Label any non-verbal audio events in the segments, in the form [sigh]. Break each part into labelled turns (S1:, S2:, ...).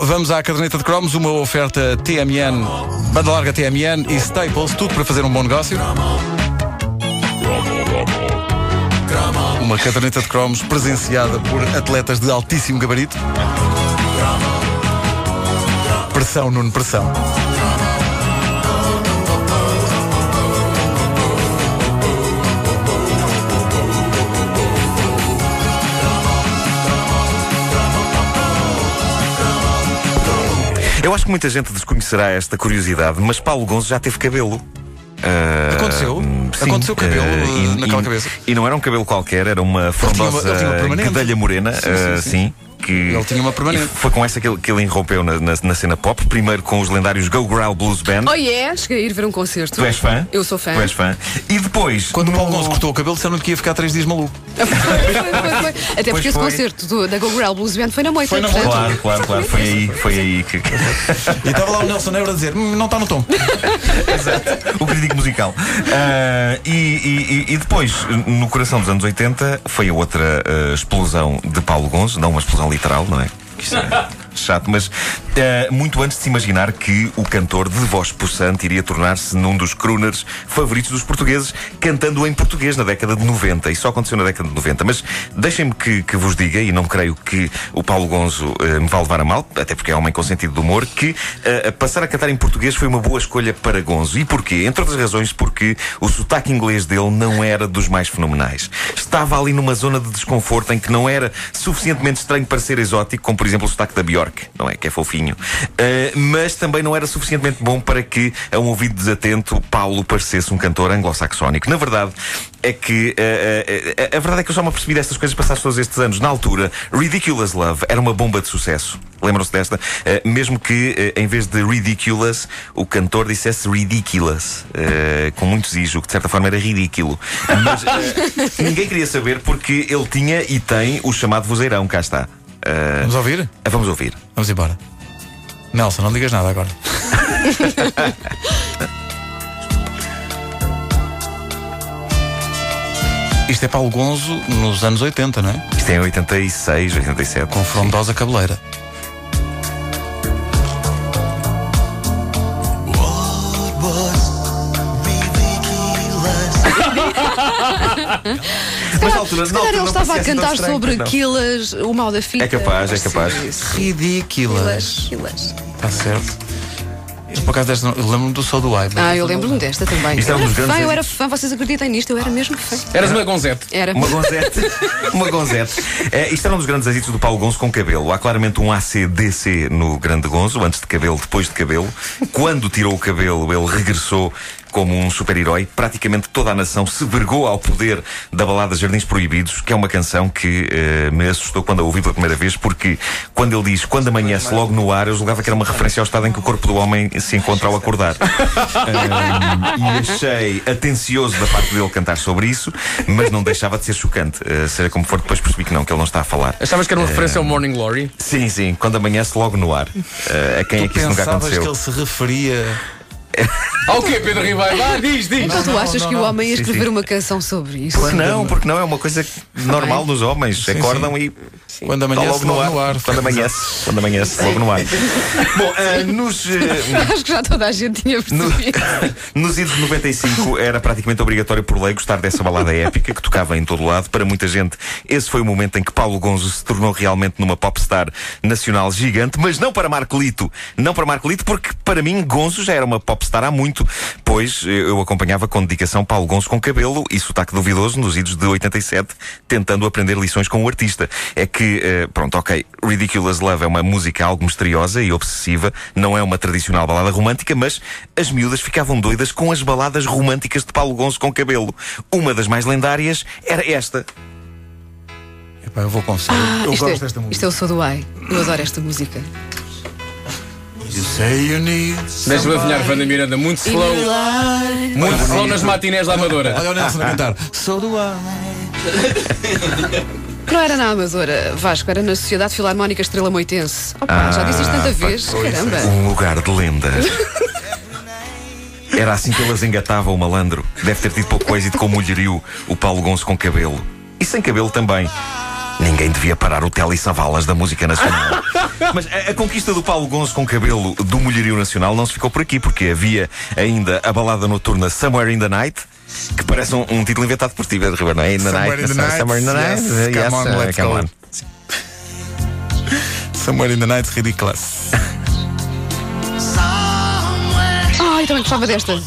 S1: Vamos à caderneta de cromos, uma oferta TMN, banda larga TMN e Staples, tudo para fazer um bom negócio. Uma caderneta de cromos presenciada por atletas de altíssimo gabarito. Pressão, Nuno, pressão.
S2: Eu acho que muita gente desconhecerá esta curiosidade, mas Paulo Gonzo já teve cabelo. Ah,
S1: Aconteceu?
S2: hum, sim.
S1: Aconteceu cabelo,
S2: Ah,
S1: eh, naquela cabeça.
S2: E não era um cabelo qualquer, era uma
S1: uma- ele
S2: frondosa
S1: tinha uma permanente.
S2: cadelha morena.
S1: Sim, sim,
S2: ah,
S1: sim.
S2: que
S1: Ele tinha uma permanente.
S2: e Foi com essa que ele, que ele irrompeu na, na- na cena pop, primeiro com os lendários Go Growl Blues Band.
S3: Oh yeah, cheguei a ir ver um concerto.
S2: Tu és fã?
S3: Eu sou fã.
S2: Tu és fã. E depois.
S1: Quando o
S2: no-
S1: Paulo Gonçalves cortou o cabelo, disseram-lhe que ia ficar três dias maluco.
S3: [laughs] Foi, foi, foi, foi. Até porque esse
S2: foi.
S3: concerto do- da Go Grell Blues Band foi na moita.
S1: Foi na
S3: portanto-
S2: Claro, claro, claro. Foi aí, foi aí que.
S1: E estava lá o Nelson Neves a dizer: "Hum, não está no [laughs] tom.
S2: o crítico musical. Ah, e, e- e- e depois, no coração dos anos 80, foi a outra ah, explosão de Paulo Gonzo, não uma explosão literal, não é? Que Isto é chato, mas ah, muito antes de se imaginar que o cantor de voz possante iria tornar-se num dos crooners favoritos dos portugueses, cantando em português na década de 90. E só aconteceu na década de 90. Mas deixem-me que, que vos diga, e não creio que o Paulo Gonzo eh, me vá levar a mal, até porque é homem com sentido de humor, que eh, passar a cantar em português foi uma boa escolha para Gonzo. E porquê? Entre outras razões, porque o sotaque inglês dele não era dos mais fenomenais. Estava ali numa zona de desconforto em que não era suficientemente estranho para ser exótico, como por exemplo o sotaque da Bjork, não é? Que é fofinho. Eh, mas também não era suficientemente bom para que, a um ouvido desatento, Paulo parecesse um cantor anglo-saxónico. Na verdade, é que eh, eh, eh, a verdade é que eu só me apercebi destas coisas passados todos estes anos. Na altura, Ridiculous Love era uma bomba de sucesso. Lembram-se desta? Eh, mesmo que eh, em vez de Ridiculous, o cantor dissesse Ridiculous, eh, com muitos is, o que de certa forma era ridículo. Mas eh, ninguém queria saber porque ele tinha e tem o chamado vozeirão, cá está. Eh,
S1: Vamos ouvir?
S2: vamos ouvir.
S1: Vamos embora. Nelson, não digas nada
S2: [laughs]
S1: agora. Isto é Paulo Gonzo nos anos 80, não é?
S2: Isto é em 86, 87.
S1: Com frondosa cabeleira.
S2: Mas na
S3: Se calhar ele
S2: não
S3: estava a
S2: parecia assim tão
S3: cantar
S2: estranho,
S3: sobre
S2: não.
S3: Quilas, o mal da fita.
S2: É capaz, é capaz.
S3: Quilas,
S1: Ridículas.
S3: quilas.
S1: Está Tá certo. Eu, Por acaso desta, não- eu lembro-me do Só do Ai. mas
S3: Ah,
S1: desta
S3: eu
S1: não
S3: lembro-me desta também.
S2: Isto é
S3: eu
S2: um
S3: era
S2: dos grandes
S3: fã, eu era
S2: êxitos.
S3: fã, vocês acreditam nisto? Eu era mesmo fã.
S4: Eras uma Gonzete.
S3: Era.
S2: Uma gonzete. Uma gonzete. É, isto era um dos grandes êxitos do Paulo Gonzo com cabelo. Há claramente um ACDC no grande Gonzo, antes de cabelo, depois de cabelo. Quando tirou o cabelo, ele regressou como um super-herói. Praticamente toda a nação se vergou ao poder da balada Jardins Proibidos, que é uma canção que eh, me assustou quando a ouvi pela primeira vez, porque quando ele diz quando amanhece logo no ar, eu julgava que era uma referência ao estado em que o corpo do homem se encontra ao acordar. Ahm, e achei atencioso da parte dele cantar sobre isso, mas não deixava de ser chocante. Uh, seja como for, depois percebi que não, que ele não está a falar.
S4: Achavas que era uma referência ao Morning Glory?
S2: Sim, sim, quando amanhece logo no ar. Uh, a quem é
S1: Tu
S2: que isso nunca
S1: pensavas que
S2: aconteceu?
S1: ele se referia.
S4: Ah, o quê, Pedro Ribeiro? Vá, Ah, diz, diz.
S3: Então tu
S1: não,
S3: achas
S1: não,
S3: que o
S1: não.
S3: homem ia
S2: Sim,
S3: escrever
S2: sim.
S3: uma canção sobre isso?
S2: Porque não, porque não é uma coisa que- normal nos homens. Acordam e.
S1: Quando
S2: está
S1: amanhece, logo no ar.
S2: Quando amanhece, quando amanhece, logo no ar. Bom, uh, nos. uh,
S3: [laughs] Acho que já toda a gente tinha
S2: No-
S3: percebido.
S2: [laughs] nos idos de 95 era praticamente obrigatório por lei gostar dessa balada épica que tocava em todo lado. Para muita gente, esse foi o momento em que Paulo Gonzo se tornou realmente numa popstar nacional gigante, mas não para Marco Lito. Não para Marco Lito, porque para mim Gonzo já era uma popstar há muito, pois eh, eu acompanhava com dedicação Paulo Gonzo com cabelo e sotaque duvidoso nos idos de 87, tentando aprender lições com o artista. É que, eh, pronto, ok, Ridiculous Love é uma música algo misteriosa e obsessiva, não é uma tradicional balada romântica, mas as miúdas ficavam doidas com as baladas românticas de Paulo Gonzo com cabelo. Uma das mais lendárias era esta.
S1: Epá, eu vou confessar. eu
S3: Isto
S1: gosto
S3: é,
S1: desta
S3: isto é
S1: música.
S3: o Sou do Ai. Eu adoro esta música.
S1: You say you need
S4: Deixa-me adivinhar,
S1: somebody.
S4: Vanda Miranda, muito slow.
S3: Olá.
S4: Muito slow nas matinés da Amadora.
S1: Olha o Nelson a cantar. Sou do ar.
S3: Não era na Amadora, Vasco, era na Sociedade Filarmónica Estrela Moitense. Opa, já disse isto
S2: Ah,
S3: tanta vez. Caramba.
S2: Um lugar de lendas. Era assim que elas engatavam o malandro. Deve ter tido pouco êxito com mulherio, o Paulo Gonço com
S3: [laughs]
S2: cabelo. E sem cabelo também. Ninguém devia parar o Telly Savalas da música nacional. Mas a, a conquista do Paulo Gonzo com cabelo do Mulherio Nacional não se ficou por aqui, porque havia ainda a balada noturna Somewhere in the Night. Que parece um, um título inventado por Steven Ribeiro, não é? In the
S1: Somewhere
S2: night,
S1: in the Night,
S2: Somewhere in the night.
S1: yes, come on,
S2: uh,
S1: let's go. [laughs] Somewhere in the Night Ridiculous.
S3: Ai, também gostava desta.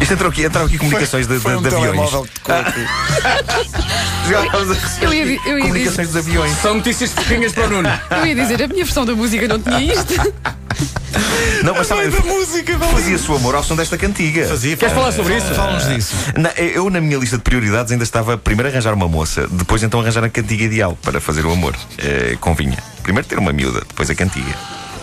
S2: Isto entrou aqui, entraram aqui comunicações de, de,
S1: Foi um
S2: de aviões.
S1: telemóvel que tocou aqui.
S3: Eu ia, di- eu ia dizer,
S2: comunicações dos aviões.
S4: São notícias fofinhas para o Nuno.
S3: eu ia dizer, a minha versão da música não tinha isto.
S2: Não, mas sabe,
S1: música,
S2: fazia-se o amor ao som desta cantiga.
S1: Fazia,
S4: Queres falar sobre isso?
S1: Fala-nos disso.
S2: Na- eu, na minha lista de prioridades, ainda estava primeiro arranjar uma moça, depois então arranjar a cantiga ideal para fazer o amor. Eh, convinha. Primeiro ter uma miúda, depois a cantiga.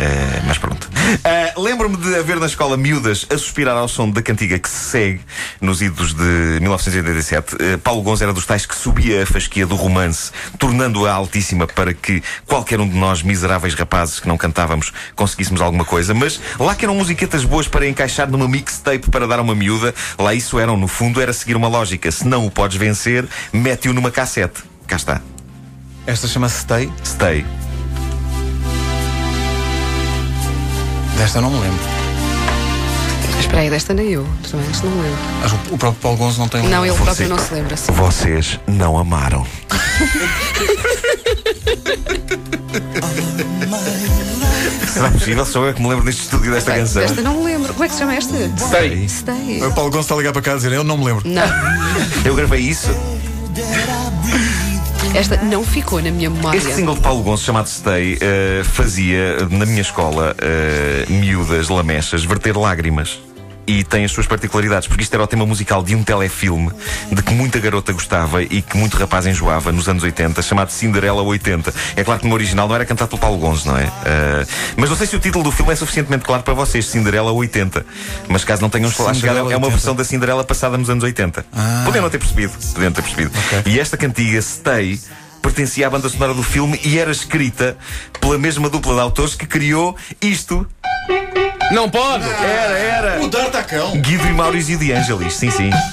S2: Eh, mas pronto. Eh, Lembro-me de haver na escola miúdas a suspirar ao som da cantiga que se segue nos idos de 1987. Eh, Paulo Gonzo era dos tais que subia a fasquia do romance, tornando-a altíssima para que qualquer um de nós, miseráveis rapazes que não cantávamos, conseguíssemos alguma coisa. Mas lá que eram musiquetas boas para encaixar numa mixtape para dar a uma miúda, lá isso eram, no fundo, era seguir uma lógica. Se não o podes vencer, mete-o numa cassete. Cá está.
S1: Esta chama-se Stay.
S2: Stay.
S1: Desta eu não me lembro.
S3: Mas espera aí, desta nem eu. Também isto não me lembro.
S1: Mas o- o próprio Paulo Gonzo não tem
S3: Não, ele
S2: Você-
S3: próprio não se lembra. Sim.
S2: Vocês não
S3: [laughs]
S2: amaram. Será possível? Sou eu que me lembro deste estúdio desta canção.
S3: Desta não me lembro. Como é que se chama esta?
S4: Sei.
S3: Stay.
S1: O Paulo Gonzo está a ligar para cá a dizer, eu não me lembro.
S3: Não,
S2: Eu gravei isso.
S3: esta não ficou na minha memória.
S2: Este single de Paulo Gonçalves chamado Stay, eh, fazia na minha escola eh, miúdas lamechas verter lágrimas. E tem as suas particularidades, porque isto era o tema musical de um telefilme de que muita garota gostava e que muito rapaz enjoava nos anos 80, chamado Cinderela 80. É claro que no original não era cantado pelo Paulo Gonzo, não é? Eh, mas não sei se o título do filme é suficientemente claro para vocês, Cinderela 80. Mas caso não tenham lá chegado,
S1: Cinderela Ah.
S2: é uma
S1: 80.
S2: versão da Cinderela passada nos anos 80. Podiam não ter percebido. Podiam ter percebido. E esta cantiga, Stay, pertencia à banda sonora do filme e era escrita pela mesma dupla de autores que criou isto.
S4: Não pode!
S2: Era, era.
S1: O D'Artacão.
S2: Guido e Maurizio de Angelis. Sim, sim.
S5: Eram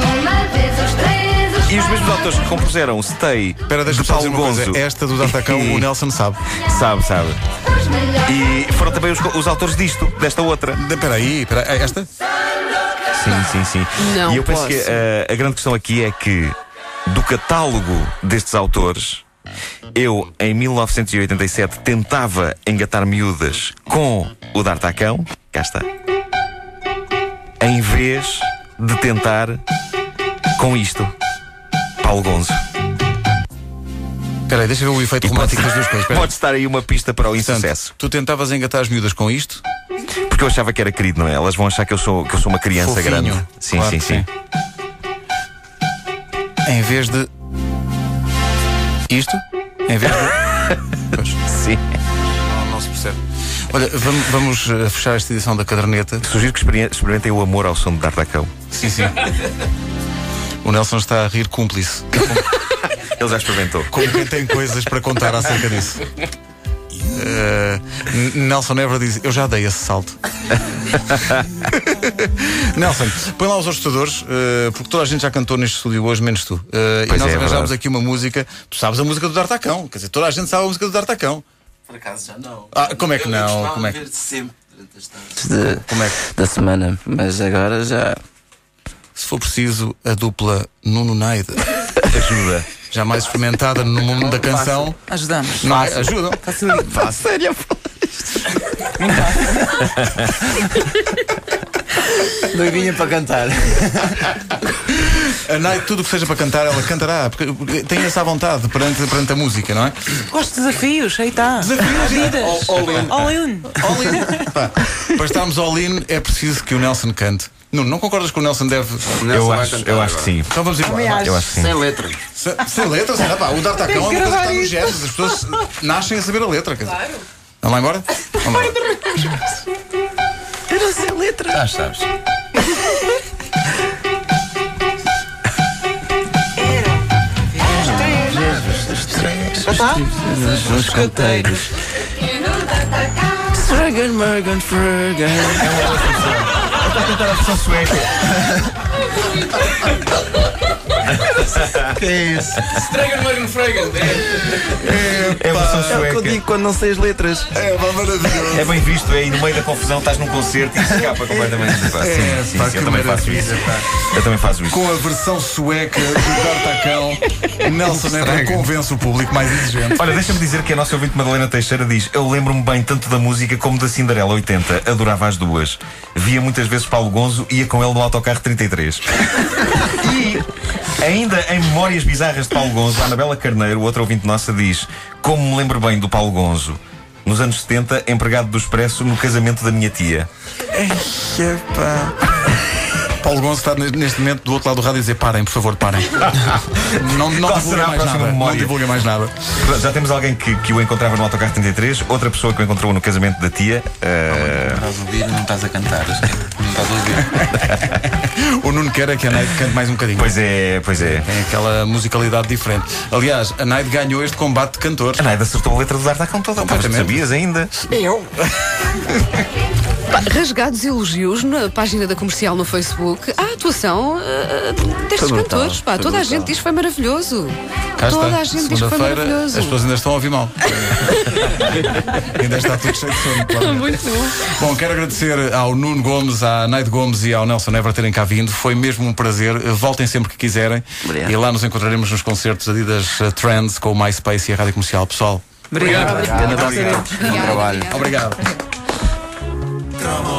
S5: uma vez os três, os
S2: E os mesmos autores que compuseram Stay
S1: Espera,
S2: de
S1: deixa-me só dizer
S2: Paulo
S1: uma
S2: Gonzo.
S1: coisa. Esta do D'Artacão, o Nelson sabe.
S2: Sabe, sabe.
S5: quatro, os melhores.
S2: E foram também os, co- os autores disto, desta outra.
S1: De- Espera aí, espera aí. Esta?
S2: Sim, sim, sim.
S3: Não
S2: e eu penso
S3: posso.
S2: que eh, a grande questão aqui é que, do catálogo destes autores, eu, em 1987, tentava engatar miúdas com o D'Artacão, cá está, em vez de tentar com isto, Paulo Gonzo.
S1: Espera aí, deixa eu ver o efeito romântico das duas coisas. Espera aí.
S2: Pode estar aí uma pista para o
S1: Portanto,
S2: insucesso.
S1: Tu tentavas engatar as miúdas com isto?
S2: Porque eu achava que era querido, não é? Elas vão achar que eu sou, que eu sou uma criança
S1: Fofinho.
S2: grande. Sim,
S1: Claro
S2: sim,
S1: que
S2: sim.
S1: Em vez de. Isto? Em vez de. Pois,
S2: sim.
S1: não, não se percebe. Olha, vamos, vamos, eh, fechar esta edição da caderneta.
S2: Sugiro que experien- experimentem o amor ao som de D'Artacão.
S1: Sim, sim. O Nelson está a rir cúmplice.
S2: Ele já experimentou.
S1: Como quem tem coisas para contar acerca disso. Eh, N- Nelson Évora diz: Eu já dei esse salto. [laughs] Nelson, põe lá os assustadores, eh, porque toda a gente já cantou neste estúdio hoje, menos tu. Eh, e
S2: Pois
S1: nós
S2: é, é
S1: arranjámos
S2: verdade.
S1: aqui uma música. Tu sabes a música do D'Artacão, quer dizer, toda a gente sabe a música do D'Artacão.
S6: Por acaso já não.
S1: Ah, como é que
S6: Eu-
S1: não?
S6: Eu costumava
S1: Como é que-
S6: ver sempre durante as tardes.
S1: Como, como é que,
S6: Da semana, mas agora já.
S1: se for preciso, a dupla Nuno Naida,
S2: Ajuda.
S1: jamais experimentada no mundo da canção,
S7: Ajudamos.
S1: não, é? ajudam.
S6: Doidinha para cantar.
S1: A Nai, tudo o que seja para cantar, ela cantará, porque porque tem essa vontade perante, perante a música, não é?
S7: Gosto de desafios, aí está. Desafios. All in.
S1: Pá, para estarmos all in é preciso que o Nelson cante. Não, não concordas que o Nelson deve.
S2: Eu acho, eu acho que sim.
S1: Então vamos embora.
S2: Eu acho que sim.
S6: Sem letras.
S1: Se- Sem letras, será pá, o D'Artacão é uma
S7: Tem
S1: coisa
S7: que
S1: que está
S7: gravar
S1: nos
S7: isso.
S1: gestos, as pessoas nascem a saber a letra. Quer dizer. Vamos lá embora? Vamos lá.
S7: Eu não sei letra.
S6: Ah, sabes. Nos canteiros. Sragan, Morgan, Fragan.
S2: São sueca.
S1: Que é isso?
S4: Estrega no Egan Fregan.
S2: É a versão
S6: É o que eu
S2: sueca.
S6: digo quando não sei as letras.
S1: É, pá, maravilhoso.
S2: É bem visto, é aí no meio da confusão, estás num concerto e isso escapa completamente. Pá, sim,
S1: É,
S2: sim,
S1: pá,
S2: sim,
S1: que
S2: eu também faço isso.
S1: maravilha, pá.
S2: Eu também faço isso.
S1: Com a versão sueca do D'Artacão, Nelson Neves convence o público mais exigente.
S2: Olha, deixa-me dizer que a nossa ouvinte Madalena Teixeira diz: Eu lembro-me bem tanto da música como da Cinderela 80. Adorava as duas. Via muitas vezes Paulo Gonzo, ia com ele no autocarro 33. [laughs] e ainda em Memórias Bizarras de Paulo Gonzo, a Anabela Carneiro, outra ouvinte nossa, diz: Como me lembro bem do Paulo Gonzo. Nos anos 70, empregado do Expresso no casamento da minha tia.
S1: Paulo Gonçalves está ne- neste momento do outro lado do rádio a dizer parem, por favor,
S2: [laughs]
S1: parem. Não, não
S2: Qual será
S1: divulguem
S2: a
S1: mais
S2: próxima
S1: nada. Não
S2: memória?
S1: divulguem mais nada.
S2: Pronto, Já temos alguém que, que o encontrava no autocarro 33, outra pessoa que o encontrou no casamento da tia. eh,
S8: Estás a ouvir, não estás a cantar. Não estás a ouvir.
S1: [laughs] O Nuno quer é que a Naide cante mais um bocadinho.
S2: pois é, pois é.
S1: Tem aquela musicalidade diferente. Aliás, a Naide ganhou este combate de cantores.
S2: A Naida Ah, acertou a letra do D'Artacão toda. Mas tu
S1: Completamente.
S2: sabias ainda?
S3: Pá, Rasgados elogios na página da comercial no Facebook à atuação eh, destes
S6: Foi brutal,
S3: cantores. Pá,
S6: foi
S3: toda a
S6: brutal.
S3: gente diz que foi maravilhoso.
S1: Cá
S3: toda
S1: está.
S3: a gente diz que foi
S1: Segunda-feira, as
S3: maravilhoso.
S1: pessoas ainda estão a ouvir mal. [laughs] ainda está tudo cheio de sono. claramente.
S3: [laughs] Muito bom.
S1: Bom, quero agradecer ao Nuno Gomes, à Naide Gomes e ao Nelson Never terem cá vindo. Foi mesmo um prazer. Voltem sempre que quiserem.
S6: Obrigado.
S1: E lá nos encontraremos nos concertos Adidas eh, Trends com o MySpace e a Rádio Comercial. Pessoal,
S4: Obrigado.
S6: Grande abraço. Bom trabalho.
S1: obrigado.
S2: Obrigado.